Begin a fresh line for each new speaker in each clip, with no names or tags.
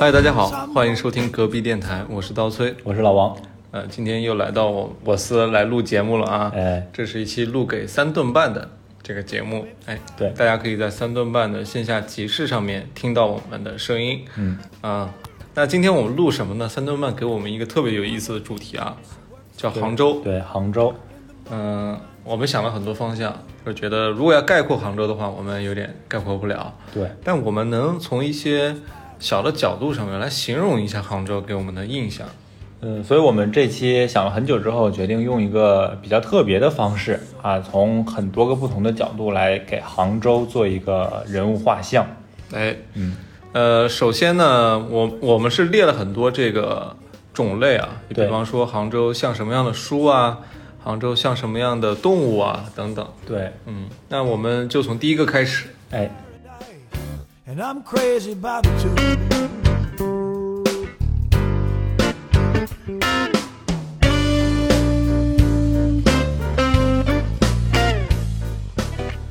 嗨，大家好，欢迎收听隔壁电台，我是刀崔。
我是老王，
呃，今天又来到我我司来录节目了啊。
哎
这是一期录给三顿半的这个节目。哎，
对
大家可以在三顿半的线下集市上面听到我们的声音。嗯啊，那今天我们录什么呢？三顿半给我们一个特别有意思的主题啊，叫杭州。
对杭州，
嗯、我们想了很多方向，就觉得如果要概括杭州的话，我们有点概括不了。
对
但我们能从一些小的角度上面来形容一下杭州给我们的印象。
嗯，所以我们这期想了很久之后，决定用一个比较特别的方式啊，从很多个不同的角度来给杭州做一个人物画像。
哎，嗯，呃，首先呢，我我们是列了很多这个种类啊，比
对
方说杭州像什么样的书啊，杭州像什么样的动物啊等等。
对，
嗯，那我们就从第一个开始。
哎，
And I'm crazy about it too.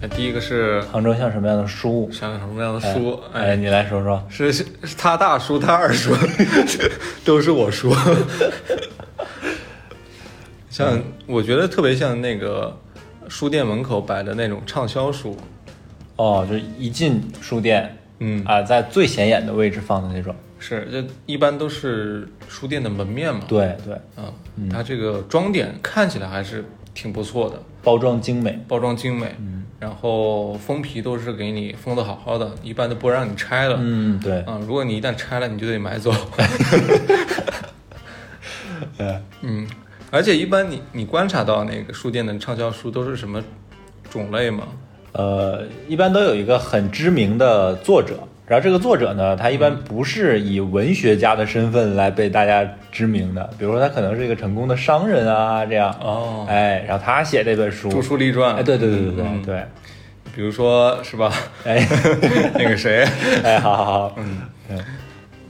那哎第一个是
杭州像什么样的书？
像什么样的书？
哎，
哎，
你来说说。
是是他大叔，他二叔， 都是我叔。像
嗯
我觉得特别像那个书店门口摆的那种畅销书，
哦，就是一进书店，
嗯
啊，在最显眼的位置放的那种。
是，这一般都是书店的门面嘛。，
对嗯对，
啊、它这个装点看起来还是挺不错的，
包装精美。
包装精美，
嗯
然后封皮都是给你封的好好的，一般都不让你拆了。
嗯，对，
啊、如果你一旦拆了，你就得买 走。
哎，
嗯，而且一般你你观察到那个书店的畅销书都是什么种类吗？
呃，一般都有一个很知名的作者，然后这个作者呢，他一般
嗯
不是以文学家的身份来被大家知名的，比如说他可能是一个成功的商人啊，这样，
哦
哎，然后他写这本书，
著书立传。
哎，对对对对对、
嗯
对，
比如说是 吧？
哎
那个谁，
哎，好好好，嗯，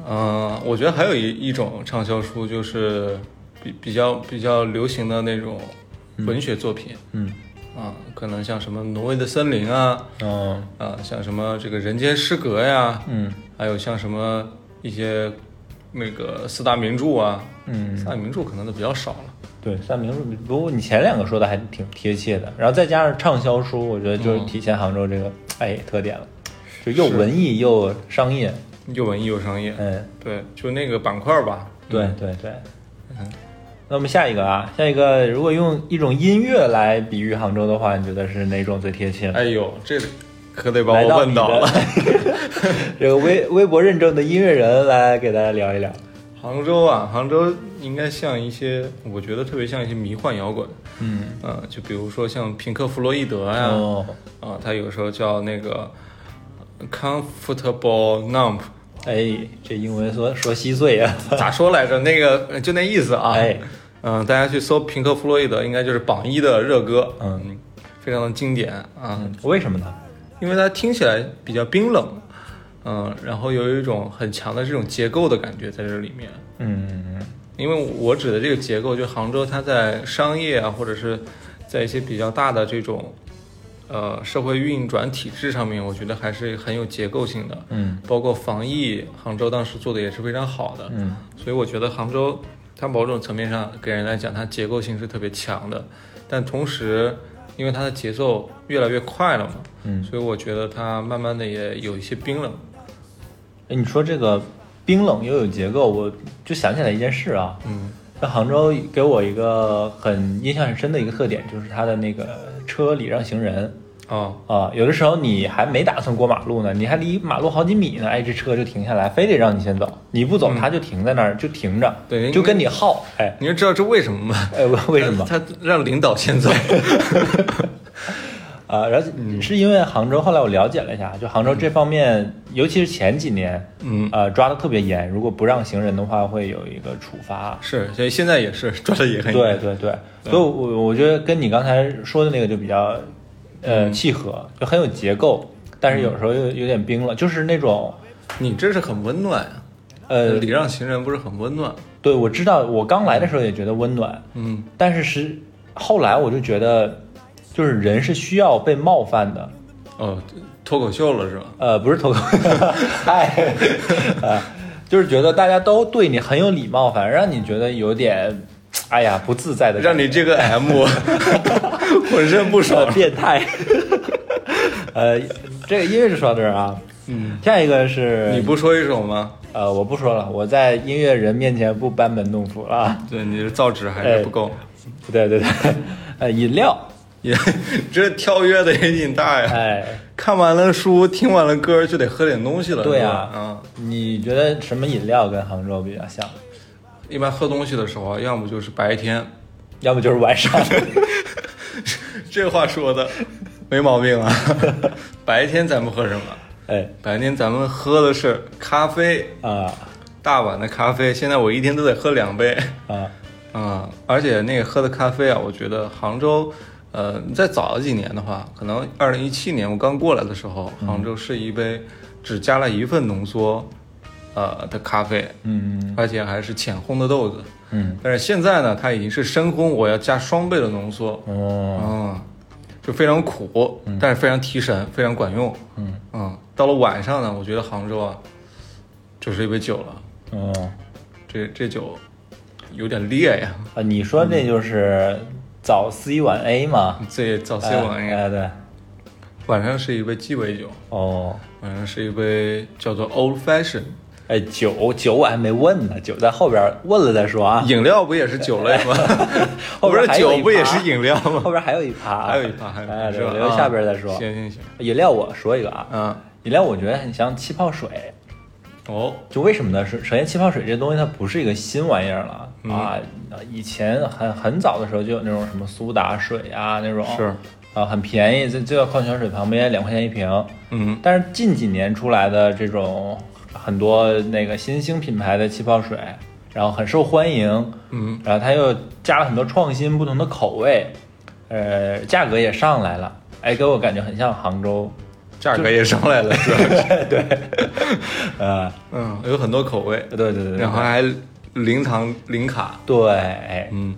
嗯、我觉得还有一一种畅销书就是比比较比较流行的那种文学作品，
嗯
啊，可能像什么《挪威的森林》啊，
嗯
啊，像什么这个《人间失格》呀，
嗯，
还有像什么一些那个四大名著啊，
嗯
四大名著可能都比较少了，
对，三明治，不过你前两个说的还挺贴切的，然后再加上畅销书，我觉得
嗯
就是体现杭州这个、哎特点了，就又文艺又商业，
又文艺又商业，
嗯。
对，就那个板块儿吧，
对对对，那我们下一个啊，下一个如果用一种音乐来比喻杭州的话，你觉得是哪种最贴切？
哎呦，这可得把
来
我
到
问
你
倒
的
了。
这个微微博认证的音乐人来给大家聊一聊。
杭州啊，杭州应该像一些，我觉得特别像一些迷幻摇滚，
嗯，
呃，就比如说像平克·弗洛伊德呀、啊，
哦，
他有时候叫那个 comfortable numb，
哎，这英文说说稀碎啊，
咋说来着？那个就那意思啊。
哎，
嗯、大家去搜平克·弗洛伊德，应该就是榜一的热歌，
嗯，
非常的经典啊，
为什么呢？
因为它听起来比较冰冷，嗯、然后有一种很强的这种结构的感觉在这里面，
嗯，
因为我指的这个结构，就杭州它在商业啊，或者是在一些比较大的这种呃社会运转体制上面，我觉得还是很有结构性的。
嗯，
包括防疫，杭州当时做的也是非常好的。
嗯，
所以我觉得杭州它某种层面上给人来讲，它结构性是特别强的，但同时因为它的节奏越来越快了嘛，
嗯
所以我觉得它慢慢的也有一些冰冷。
哎，你说这个冰冷又有结构，我就想起来一件事啊，
嗯，
那杭州给我一个很印象很深的一个特点，就是它的那个车礼让行人。
哦，
啊，有的时候你还没打算过马路呢，你还离马路好几米呢，哎，这车就停下来，非得让你先走，你不走，它就停在那儿，就停着，
嗯对
就跟你耗，哎，
你就知道这 为什么吗？
哎，为为什么？
他让领导先 走。
啊，然后
嗯
是因为杭州，后来我了解了一下，就杭州这方面，尤其是前几年，
嗯
呃，抓的特别严，如果不让行人的话，会有一个处罚，
是，所以现在也是抓的也很
对
严。
对对，所以我，我觉得跟你刚才说的那个就比较，呃，契合，就很有结构，但是有时候又有点冰冷，就是那种，
你这是很温暖啊。
呃，
礼让行人不是很温暖？
对，我知道，我刚来的时候也觉得温暖，
嗯，
但是是后来我就觉得，就是人是需要被冒犯的，
哦，脱口秀了是吧？
呃，不是脱口，嗨，啊，就是觉得大家都对你很有礼貌，反而让你觉得有点，哎呀不自在的感觉，
让你这个 M 浑身 不
呃
爽。
变态。呃，这个音乐是说到这儿啊，
嗯，
下一个是
你不说一首吗？
呃，我不说了，我在音乐人面前不班门弄斧了啊。
对，你这造纸还是不够，
对对对，呃，饮料，
也这跳跃的也挺大呀。
哎，
看完了书，听完了歌，就得喝点东西了。
对
呀、
啊
嗯，
你觉得什么饮料跟杭州比较像？
一般喝东西的时候啊，要么就是白天，
要不就是晚上，
这话说的没毛病啊。 白天咱们喝什么？
哎
白天咱们喝的是咖啡，
啊
大碗的咖啡。现在我一天都得喝两杯，
啊
嗯，而且那个喝的咖啡啊，我觉得杭州，呃，再早几年的话，可能二零一七年我刚过来的时候，
嗯
杭州是一杯只加了一份浓缩，呃的咖啡，
嗯
而且还是浅烘的豆子。
嗯
但是现在呢，它已经是深烘，我要加双倍的浓缩，
哦
嗯，就非常苦，但是非常提神，非常管用。
嗯
嗯，到了晚上呢，我觉得杭州啊，就是一杯酒了，
哦
这这酒有点烈呀，
啊，你说这就是早 C 晚 A 吗？
这啊嗯早 C
哎
晚上、
哎对
晚上是一杯鸡尾酒，
哦，
晚上是一杯叫做 Old Fashion
哎酒酒我还没问呢，酒在后边儿问了再说啊，
饮料，不也是酒类 吗？
后
不
边
是
还有一
酒，不也
趴
是饮料 吗？
后边还有一趴，
还有一趴，还有一
哎
趴，是
对
吧？
留下边儿再说
啊。行行行，
饮料我说一个啊，
嗯，
饮料我觉得很像气泡水，
哦，
就为什么呢？是首先气泡水这东西它不是一个新玩意儿了、
嗯
啊，以前很很早的时候就有那种什么苏打水啊那种，
是
啊很便宜，就就在矿泉水旁边两块钱一瓶。
嗯
但是近几年出来的这种很多那个新兴品牌的气泡水，然后很受欢迎，
嗯，
然后它又加了很多创新不同的口味，呃，价格也上来了，哎，给我感觉很像杭州，
价格也上来了，是吧？
对，呃，
嗯，有很多口味，
对对对对，
然后还零糖零卡，
对，哎，
嗯，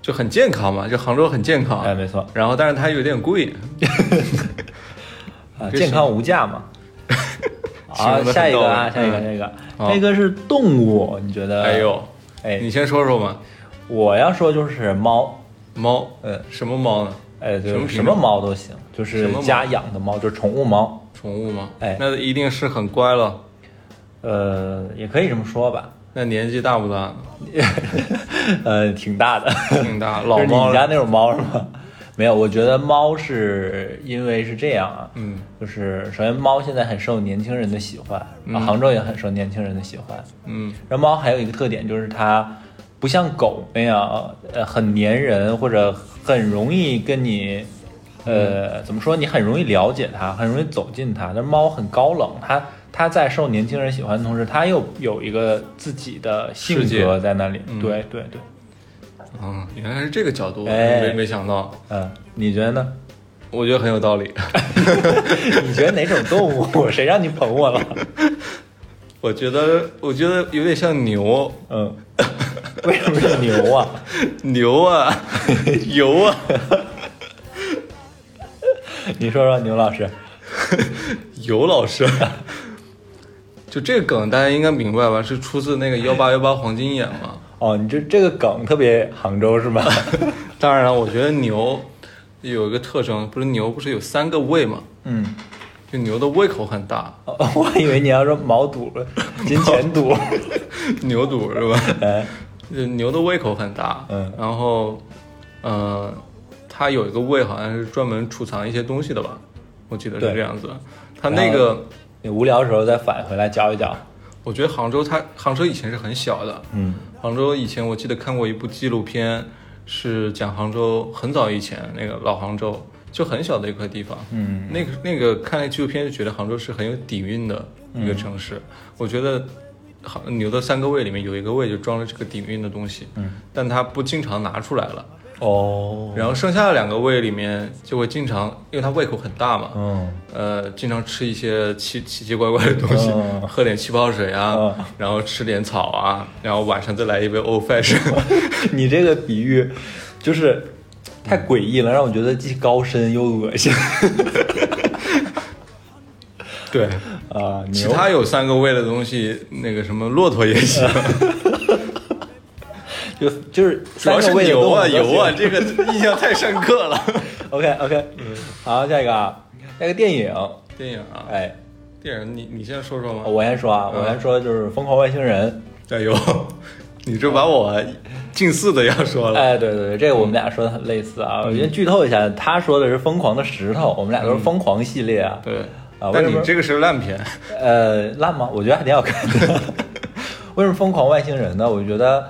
就很健康嘛，就杭州很健康，
哎没错
然后但是它有点贵，
啊，
这
健
是
康无价 嘛。
形
啊
容，得
下一个啊，
很
下一
到位
个，下一个，
好
那个是动物，你觉得？
哎，呦，
哎
你先说说嘛，
我要说就是猫，
猫，
嗯
什么猫呢？
哎，就
什么
是
品
什么
种
猫都行，就是
什么猫
家养的猫，就是宠物猫，
宠物吗？
哎
那一定是很乖了。
呃，也可以这么说吧，
那年纪大不大呢？
呃，挺大的，
挺 大，啊老
就是
猫
你家
了。
那种猫是吗？ 没有，我觉得猫是因为是这样啊，
嗯，
就是首先猫现在很受年轻人的喜欢，啊，杭州也很受年轻人的喜欢，
嗯
然后猫还有一个特点就是它不像狗那样，呃，很粘人或者很容易跟你，
嗯
呃，怎么说？你很容易了解它，很容易走近它。但猫很高冷，它它在受年轻人喜欢的同时，它又有一个自己的性
世界
格在那里。
嗯
对对对，
嗯，原来是这个角度，
哎
没没想到，
嗯、你觉得呢？
我觉得很有道理。
你觉得哪种动物？ 谁让你捧我了？
我觉得，我觉得有点像牛，
嗯，为什么是牛啊？
牛啊， 油啊，
你说说，牛老师。
尤老师， 就这个梗大家应该明白吧？是出自那个幺八幺八黄金眼嘛？
哦，你这这个梗特别杭州 是吧？
当然了，我觉得牛有一个特征，不是牛不是有三个胃嘛？
嗯。
就牛的胃口很大，
哦，我还以为你要说毛肚、金钱肚，
牛肚是吧？
哎，
就牛的胃口很大，
嗯
然后，呃，它有一个胃好像是专门储藏一些东西的吧？我记得是
对
这样子。它那个，
你无聊的时候再返回来嚼一嚼。
我觉得杭州它杭州以前是很小的，
嗯
杭州以前我记得看过一部纪录片，是讲杭州很早以前那个老杭州，就很小的一块地方。
嗯，
那个那个看那纪录片就觉得杭州是很有底蕴的一个城市。我觉得杭牛的三个胃里面有一个胃就装了这个底蕴的东西，嗯，但它不经常拿出来了。
哦，
然后剩下的两个胃里面就会经常，因为它胃口很大嘛，
嗯，
呃，经常吃一些奇奇奇怪怪的东西，
嗯
喝点气泡水啊，
嗯
然后吃点草啊，然后晚上再来一杯 old fashion，
你这个比喻就是太 诡异了，让我觉得既高深又恶心。
对，
啊、牛
其他有三个为了东西，那个什么骆驼也行，
嗯就就是
主
三
要
个
是
味
牛啊
油
油啊，嗯这个印象太深刻了。
OK OK，好，下一个啊，下一个电影，
电影啊，
哎，
电影你你先说说吗？
我先说啊，
嗯
我先说就是《疯狂外星人
哎呦，你这把我近似的要说》，了。
哎，对对对，这个
嗯
我们俩说的很类似啊，我先剧透一下，他说的是《疯狂的石头》，我们俩都是疯狂系列啊，
嗯对，
啊，为
但
什
你
么
这个是烂片，
呃，烂吗？我觉得还挺好看的。 为什么疯狂外星人呢？我觉得，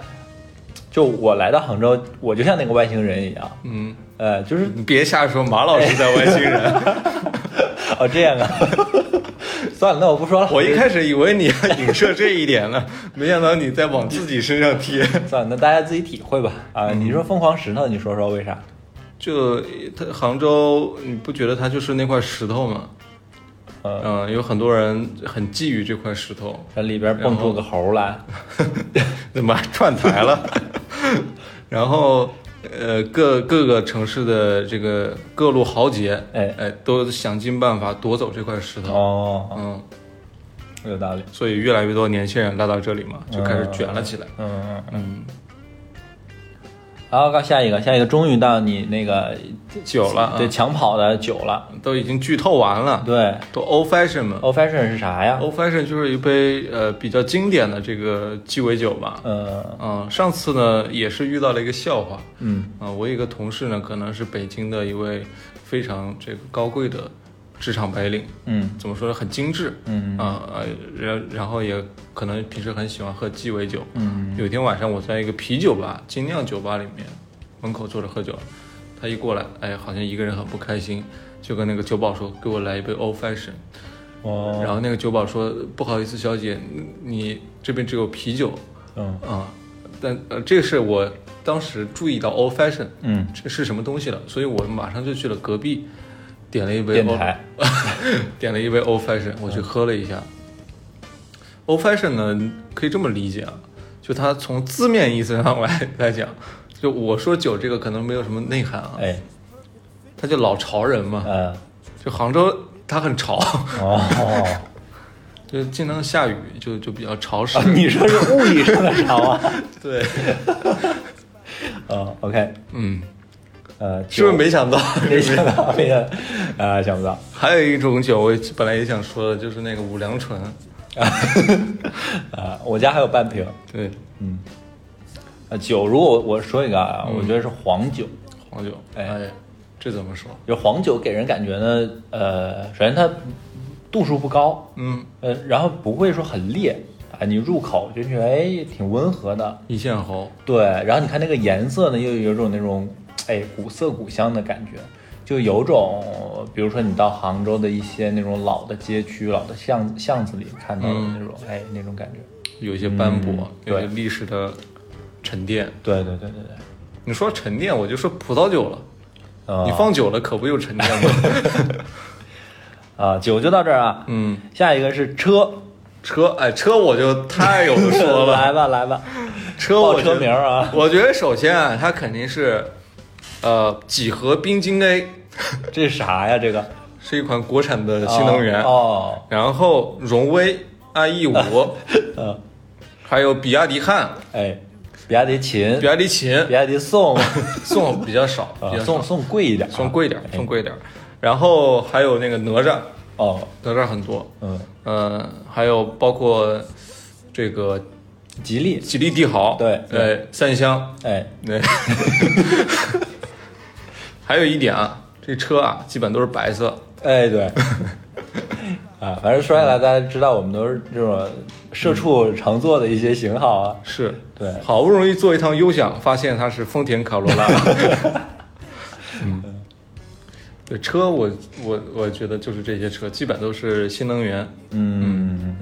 就我来到杭州，我就像那个外星人一样，
嗯，
呃，就是
你别瞎说，马老师在外星 人，
哦这样啊， 算了，那我不说了。
我一开始以为你要影射这一点呢， 没想到你在往自己身上贴。
算了，那大家自己体会吧。啊、
嗯
你说疯狂石头，你说说为啥？
就它杭州，你不觉得它就是那块石头吗？
嗯
嗯，有很多人很觊觎这块石 头，
这里边蹦出个猴来，
嗯怎么串台 了？然后，呃，各各个城市的这个各路豪杰，
哎
哎，都想尽办法夺走这块石头。
哦，
嗯，
有道理。
所以越来越多年轻人来到这里嘛，就开始卷了起来。
嗯嗯嗯。
嗯，
好，下一个，下一个，终于到你那个
久了、啊，
对抢跑的酒了。
都已经剧透完了，
对哦
都 old fashion 嘛。
，old fashion 是啥呀？
old fashion 就是一杯呃比较经典的这个鸡尾酒吧。
呃，
嗯，上次呢也是遇到了一个笑话。
嗯
啊、我有一个同事呢，可能是北京的一位非常这个高贵的职场白领，
嗯
怎么说呢，很精致，
嗯
啊呃，然然后也可能平时很喜欢喝鸡尾酒。
嗯
有一天晚上，我在一个啤酒吧、精酿酒吧里面，门口坐着喝酒，他一过来，哎，好像一个人很不开心，就跟那个酒保说，给我来一杯 old fashion。
哦，
然后那个酒保说，不好意思，小姐，你你这边只有啤酒
嗯
啊、但呃，这是我当时注意到 old fashion。
嗯，
这是什么东西了，所以我马上就去了隔壁，点了一杯
电
old-
台，
点了一杯 old fashion，我去喝了一下。old fashion 呢，可以这么理解啊，就它从字面意思上来 来讲，就我说酒这个可能没有什么内涵啊，
哎，
它就老潮人嘛，
呃，
就杭州它很潮，
哦，
就经常下雨，就就比较潮湿。
啊你说是物理上的潮 啊？
对，
嗯，OK，
嗯，
呃，
是不
酒
是没想到？
没想到，没想到，啊，想不到，
还有一种酒，我本来也想说的，就是那个五粮醇，
啊，我家还有半瓶，
对，
嗯，啊，酒，如果我说一个啊，
嗯
我觉得是黄酒，
黄酒，
哎
哎，这怎么说？
就黄酒给人感觉呢，呃，首先它度数不高，
嗯，
呃，然后不会说很烈啊，你入口就觉得哎挺温和的，
一线喉，
对，然后你看那个颜色呢，又有一种那种哎古色古香的感觉，就有种，呃比如说你到杭州的一些那种老的街区、老的巷巷子里看到的那种，
嗯
哎那种感觉。
有一些斑驳，
嗯
有一些
对
历史的沉淀。
对对对对对，
你说沉淀，我就说葡萄酒了。
啊、
你放久了可不又沉淀 吗？
啊酒就到这儿啊，
嗯，
下一个是车，
车，哎，车我就太有的 说
来
了。
吧来吧，
车我
报车
觉得
名儿啊
我觉得首先啊，它肯定是，呃，几何冰晶 A
这是啥呀？这个
是一款国产的新能源，
哦，
然后荣威 iE 五，
哦嗯，
还有比亚迪汉、
哎，比亚迪秦
比，亚迪秦，
比亚迪 宋，
送比较少，比
啊
较
宋
少，
宋贵一点啊，
送贵点儿，
哎
送贵点儿。然后还有那个哪吒，
哦，
哪吒很多，
嗯，
呃，还有包括这个
吉利，
吉利帝豪，
对
呃，三厢，
哎，
对。 还有一点啊，这车啊，基本都是白色，
哎，对， 啊，反正说下来，大家知道我们都是这种社畜乘坐的一些型号啊。
是
对
好不容易坐一趟优享，发现它是丰田卡罗 拉。嗯， 对车我，我我觉得就是这些车，基本都是新能源，
嗯，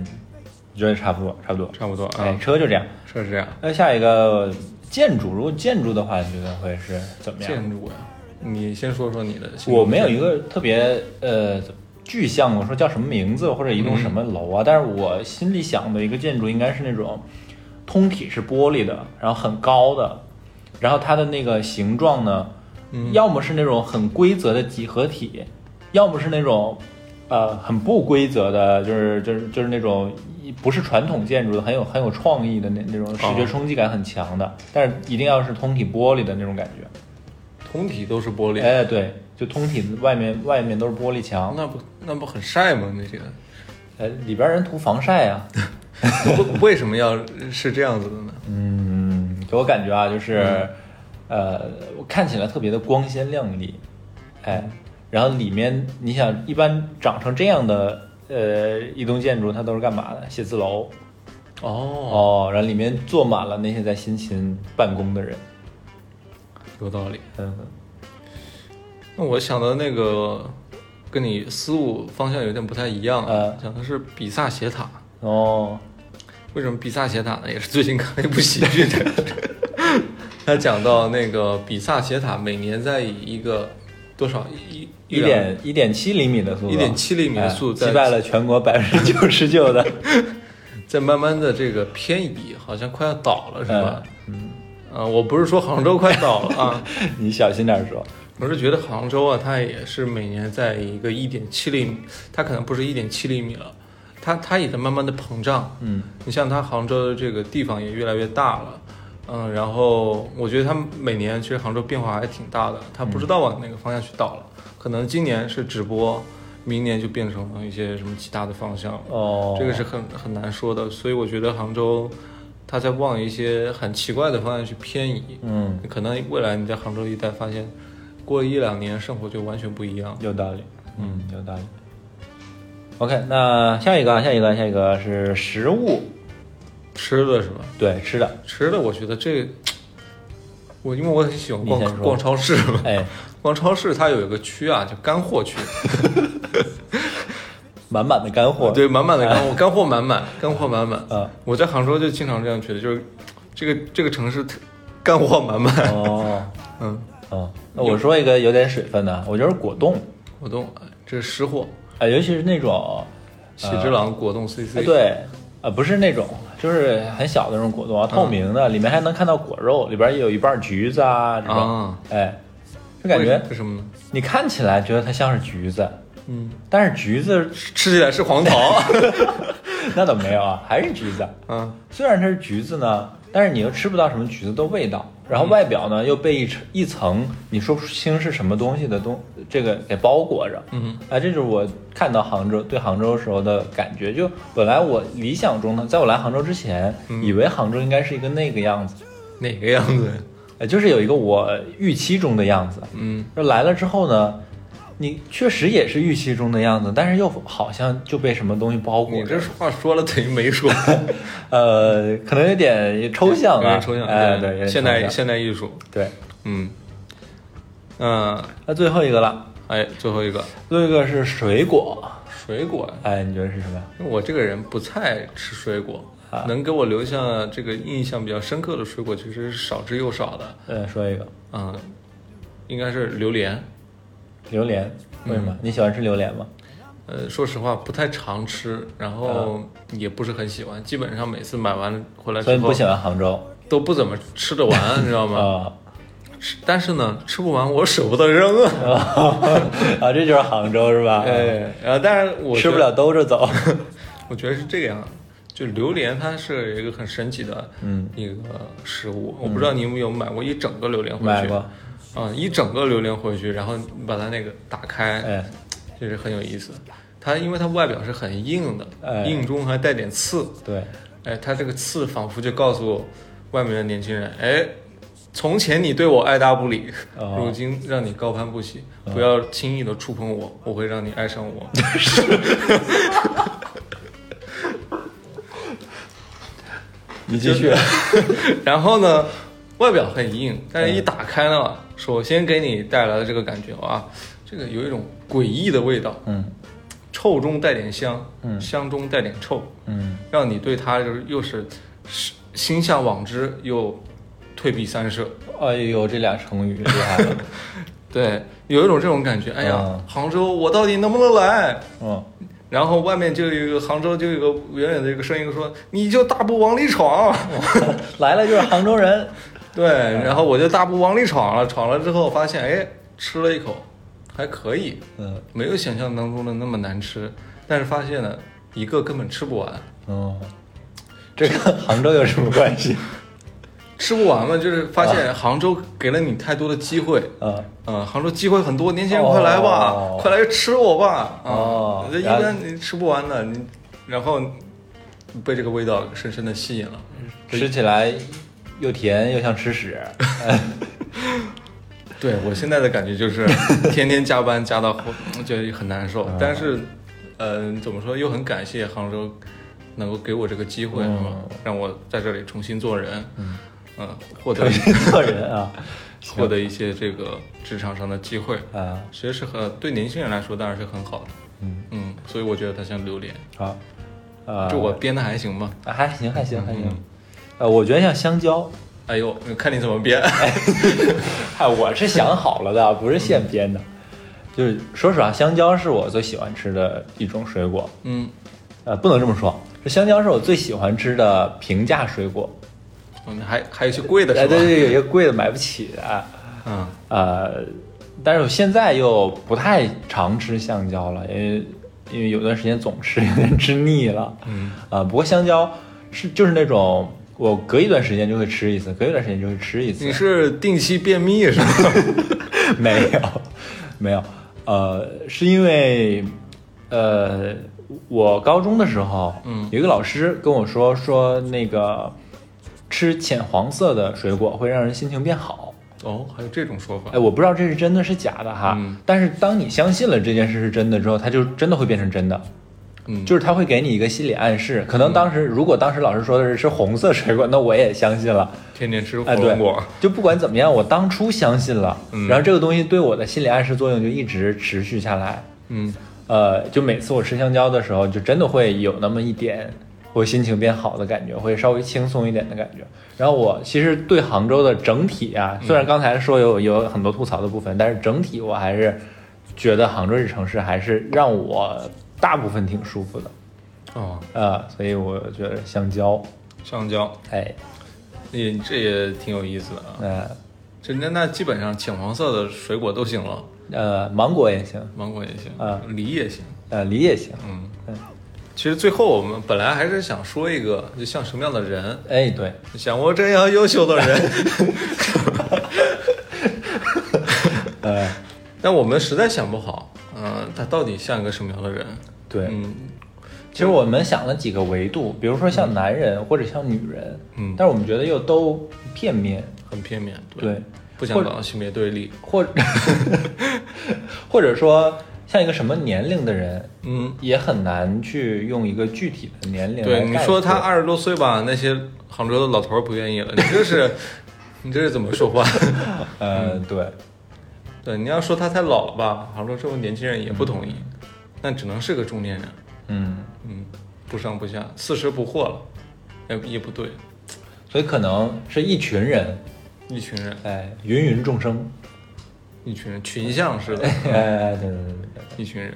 我觉得差不多，差不多。
差不多
哎，
啊，
车就这样。
车是这样。
那下一个建筑，如果建筑的话，你觉得会是怎么样？
建筑呀，你先说说你的心路历程。
我没有一个特别呃具象的说叫什么名字或者一栋什么楼啊，但是我心里想的一个建筑应该是那种通体是玻璃的，然后很高的，然后它的那个形状呢，要么是那种很规则的几何体，要么是那种呃很不规则的，就是就是就是那种一不是传统建筑的，很有很有创意的那那种视觉冲击感很强的，但是一定要是通体玻璃的那种感觉。
通体都是玻璃，
哎，对，就通体外面外面都是玻璃墙，
那不那不很晒吗？那些
呃，里边人涂防晒 啊。
为 为什么要是这样子的呢？
嗯，给我感觉啊，就是，
嗯
呃，看起来特别的光鲜亮丽，哎，然后里面你想，一般长成这样的呃一栋建筑，它都是干嘛的？写字楼
哦，
哦，然后里面坐满了那些在辛勤办公的人，
有道理。
嗯，
那我想的那个跟你思路方向有点不太一样啊，
呃
讲的是比萨斜塔。
哦，
为什么比萨斜塔呢？也是最近看了一部喜剧的， 他讲到那个比萨斜塔每年在以一个多少一
一点一点七厘米的速度，
1.7厘米的速度
哎
在
击败了全国百分之九十九的，
在慢慢的这个偏移，好像快要倒了是吧？嗯，啊，我不是说杭州快倒了啊，
你小心点说，
我是觉得杭州啊，它也是每年在一个一点七厘米，它可能不是一点七厘米了，它它也在慢慢的膨胀。
嗯，
你像它杭州的这个地方也越来越大了，嗯，然后我觉得它每年其实杭州变化还挺大的，它不知道往哪个方向去倒了，可能今年是直播，明年就变成了一些什么其他的方向了。
哦，
这个是很很难说的，所以我觉得杭州，它在往一些很奇怪的方向去偏移，
嗯，
可能未来你在杭州一带发现，过一两年生活就完全不一样。
有道理，嗯，有道理。OK，那下一个啊，下一个，下一个是食物，
吃的是吧？
对，吃的。
吃的，我觉得这，我因为我很喜欢逛
你先说
逛超市嘛，
哎，
逛超市它有一个区啊，叫干货区，
满满的干货。
对，满满的干货，干货满满，干货满满。
哎嗯
我在杭州就经常这样觉得，就是这个这个城市特干货满满，
哦，
嗯，
哦，那我说一个有点水分的，我觉得是果冻，
果冻，哎这是湿货。
啊、尤其是那种，
喜之郎果冻 CC，、
哎对，呃，不是那种，就是很小的那种果
嗯
冻啊，透明的，里面还能看到果肉，里边也有一半橘子啊，这种，
啊
哎，就感觉
为为什么呢？
你看起来觉得它像是橘子，
嗯，
但是橘子
吃起来是 黄桃，
那倒没有啊，还是橘子。
嗯，
虽然它是橘子呢，但是你又吃不到什么橘子的味道，然
嗯
后外表呢又被一层一层你说不清是什么东西的东这个给包裹着。
嗯，
啊，这就是我看到杭州对杭州时候的感觉。就本来我理想中呢，在我来杭州之前，
嗯
以为杭州应该是一个那个样子，
哪个样子？
呃，就是有一个我预期中的样子。
嗯，
就来了之后呢。你确实也是预期中的样子，但是又好像就被什么东西包裹
你
着。
嗯这话说了等于 没说，
呃，可能有点抽象
有
啊，
点抽象。
哎，对，有点
现
抽
代
象
现代艺术，
对。
嗯，嗯，
那最后一个了，
哎，最后一个
最后一个是水果，
水果呀，
哎，你觉得是什么呀？
因为我这个人不太吃水果
啊，
能给我留下这个印象比较深刻的水果其实是少之又少的，
呃，说一个，
嗯，应该是榴莲。
榴莲，为什
嗯
么？你喜欢吃榴莲吗？
呃，说实话不太常吃，然后也不是很喜欢，基本上每次买完回来之
啊所
后，
以你不喜欢杭州
都不怎么吃得 完，你知道吗？
啊
吃但是呢，吃不完我舍不得扔啊。
啊，这就是杭州是吧？嗯
哎，然后但是我
啊吃不
觉得
了，兜着 走。
我觉得是这个样。就榴莲，它是一个很神奇的
嗯
一个食物，我不知道你们有没有买过一整个榴莲回去？
买过，
嗯，一整个榴莲回去，然后你把它那个打开，
哎，
就是很有意思。它因为它外表是很硬的，
哎
硬中还带点刺，
对，
哎，它这个刺仿佛就告诉外面的年轻人，哎，从前你对我爱答不理，
哦
如今让你高攀不起，不要轻易的触碰我，我会让你爱上我。
你继续。
然后呢，外表很硬，但是一打开呢，首先给你带来的这个感觉啊，这个有一种诡异的味道，
嗯
臭中带点香，香中带点臭，
嗯，
让你对它就是又是心向往之，又退避三舍。
哎呦，这俩成语厉害了。
对，有一种这种感觉，哎呀，
嗯
杭州，我到底能不能来？
嗯，
然后外面就有一个杭州，就有一个远远的一个声音说：“你就大步往里闯。
来了就是杭州人。”
对，然后我就大步往里闯了，闯了之后发现，哎，吃了一口，还可以，
嗯
没有想象当中的那么难吃，但是发现呢，一个根本吃不完，
嗯，这跟杭州有什么关系？
吃不完嘛，就是发现杭州给了你太多的机会。
啊，
嗯，杭州机会很多，年轻人快来吧，
哦
快来吃我吧！啊、
哦
这一
然
般你吃不完的，你然后被这个味道深深的吸引了。
吃起来又甜又像吃屎。
对我现在的感觉就是 天天加班加到后就很难受，但是，嗯、怎么说又很感谢杭州能够给我这个机会，
嗯
是吧让我在这里重新做人，嗯、获得
重新做人啊
获得一些这个职场上的机会，
啊，
其实是很对年轻人来说当然是很好的，
嗯
嗯，所以我觉得它像榴莲，
好，啊，
就我编的还行吧，
啊还行还行还行
嗯，
呃，我觉得像香蕉，
哎呦，看你怎么 编，
哎，我是想好了 的，不是现编的。就是说实话，香蕉是我最喜欢吃的一种水果。
嗯，
呃，不能这么说，这香蕉是我最喜欢吃的平价水果。
嗯还还有一些贵的
哎，
是吧
对？对，有些贵的买不起的啊。
嗯，
呃，但是我现在又不太常吃香蕉了，因为因为有段时间总吃， 有点吃腻了。
嗯，
啊，不过香蕉是就是那种我隔一段时间就会吃一次，隔一段时间就会吃一次。
你是定期便秘是吧？
没有，没有，呃，是因为，呃，我高中的时候，
嗯
有一个老师跟我说，说那个吃浅黄色的水果会让人心情变好。
哦，还有这种说法
哎，。我不知道这是真的是假的哈，
嗯
但是当你相信了这件事是真的之后，它就真的会变成真的。
嗯，
就是他会给你一个心理暗示，可能当时如果当时老师说的是吃红色水果，那我也相信了，
天天吃火
哎，
龙
对
果，，
就不管怎么样，我当初相信了，
嗯
然后这个东西对我的心理暗示作用就一直持续下来。
嗯，
呃，就每次我吃香蕉的时候，就真的会有那么一点，我心情变好的感觉，会稍微轻松一点的感觉。然后我其实对杭州的整体啊，虽然刚才说有有很多吐槽的部分，但是整体我还是觉得杭州这城市还是让我大部分挺舒服的。
哦，
呃，所以我觉得香蕉，
香蕉，
哎，
也这也挺有意思的啊。
呃
这那那基本上浅黄色的水果都行了，
呃，芒果也行，
芒果也行
啊，
梨也行，
呃，梨也行，
嗯
嗯。
其实最后我们本来还是想说一个，就像什么样的人，
哎，对，
像我这样优秀的人，
呃，
但我们实在想不好，嗯、他到底像一个什么样的人？
对，
嗯，
其实我们想了几个维度，比如说像男人或者像女人，
嗯
但是我们觉得又都片面，
很片面，
对，
不想
或者
搞到性别对立，
或或者说像一个什么年龄的人，
嗯，
也很难去用一个具体的年龄来
对，你说他
概括
二十多岁吧，那些杭州的老头儿不愿意了，你这是你这是怎么说话？
呃，
嗯
对，
对，你要说他太老了吧，杭州这么年轻人也不同意，那只能是个中年人，
嗯，
嗯，不上不下，四十不惑了，也也不对，
所以可能是一群人，
一群人，
哎，芸芸众生，
一群人，群像似的，
哎，对对对对对，
一群人，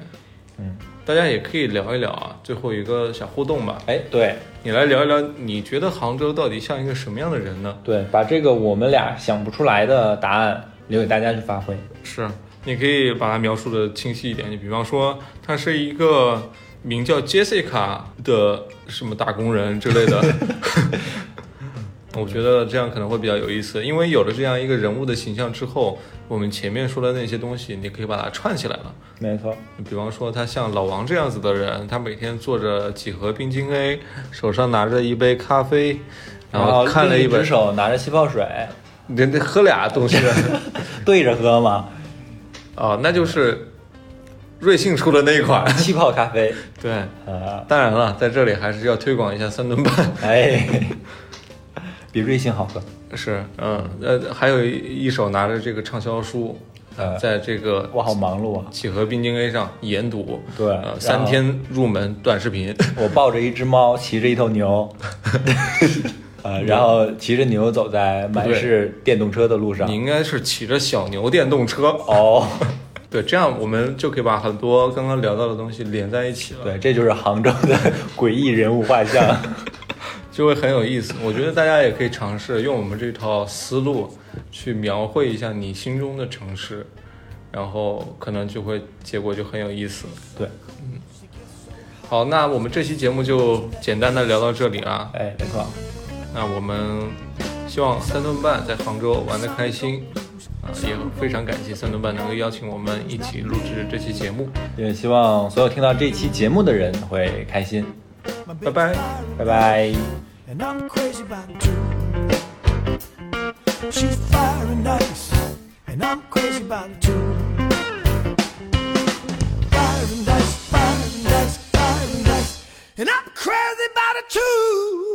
嗯，
大家也可以聊一聊啊，最后一个小互动吧，
哎，对
你来聊一聊，你觉得杭州到底像一个什么样的人呢？
对，把这个我们俩想不出来的答案留给大家去发挥，
是，你可以把它描述的清晰一点。你比方说，他是一个名叫 Jessica 的什么打工人之类的， 我觉得这样可能会比较有意思。因为有了这样一个人物的形象之后，我们前面说的那些东西，你可以把它串起来了。
没错，
比方说，他像老王这样子的人，他每天坐着几盒冰晶 A，手上拿着一杯咖啡，然后看了
另
一
一
本
只，手拿着气泡水
你得喝俩东西。
对着喝嘛，
哦，那就是瑞幸出的那一 款。
气泡咖啡，
对，
呃，
当然了，在这里还是要推广一下三顿 半。
哎，比瑞幸好喝，
是，嗯，呃，还有一一手拿着这个畅销书，
呃
在这个
我好忙碌啊，
几何冰晶 A 上研读，
对然
呃，
后
三天入门短视频，
我抱着一只猫，骑着一头牛，呃，然后骑着牛走在满是电动车的路上
你，应该是骑着小牛电动车，
哦，
对，这样我们就可以把很多刚刚聊到的东西连在一起了，
对，这就是杭州的诡异人物画像，
就会很有意思。我觉得大家也可以尝试用我们这套思路去描绘一下你心中的城市，然后可能就会结果就很有意思。
对，
好，那我们这期节目就简单的聊到这里啦。
哎，没错，
那我们希望三顿半在杭州玩得开心，啊、也非常感谢三顿半能够邀请我们一起录制这期节目。
也希望所有听到这期节目的人会开心。
My
拜
big
拜，
fire
拜拜。
and I'm crazy about it too. She's fiery nice, and I'm crazy about it too. Fiery nice, fiery nice, fiery nice, and I'm crazy about it too. Oh.